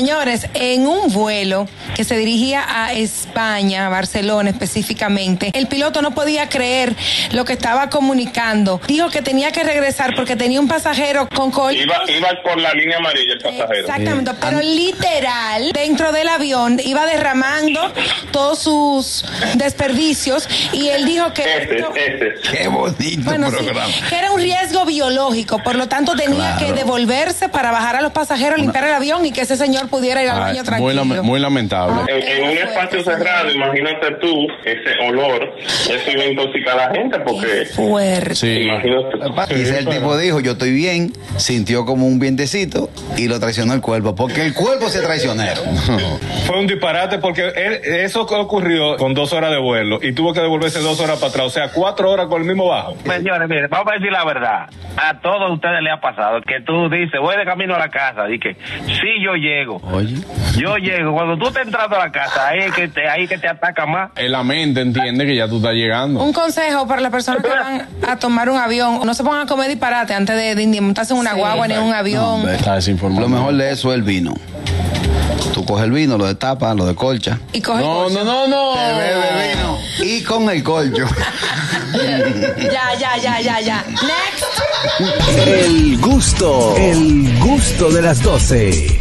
Señores, en un vuelo que se dirigía a España, a Barcelona específicamente, el piloto no podía creer lo que estaba comunicando. Dijo que tenía que regresar porque tenía un pasajero con col. Iba, iba por la línea amarilla el pasajero. Exactamente, pero literal, dentro del avión iba derramando todos sus desperdicios y él dijo que. Ese, ese. Qué bonito Bueno, Este sí, programa. que era un riesgo biológico, por lo tanto tenía Claro. que devolverse para bajar a los pasajeros, limpiar el avión y que ese señor pudiera ir al Ay, baño Ah, muy, tranquilo. lame- muy Ah, lamentable. En, en un espacio cerrado, imagínate tú ese olor, eso iba a intoxicar a la gente Qué porque fuerte. Sí. imagínate. Quizá el tipo dijo, yo estoy bien, sintió como un vientecito y lo traicionó el cuerpo, porque el cuerpo se traicionero. Fue un disparate porque él- eso ocurrió con dos horas de vuelo y tuvo que devolverse dos horas para atrás, o sea, cuatro horas con el mismo bajo. Señores, miren, vamos a decir la verdad. A todos ustedes les ha pasado que tú dices, voy de camino a la casa. Y que, sí, yo llego. Oye. Yo llego. Cuando tú te entras a la casa, ahí es que te, ahí es que te ataca más. En la mente entiende que ya tú estás llegando. Un consejo para las personas que van a tomar un avión, no se pongan a comer disparate antes de, de montarse en una guagua ni en un avión. hombre. Está desinformado. Lo mejor de eso es el vino. Tú coges el vino, lo destapas, lo descolchas. y coge No, no, no, no. Te bebe vino. Y con el colcho. Ya, ya, ya, ya, ya. Next. El gusto, el gusto de las doce.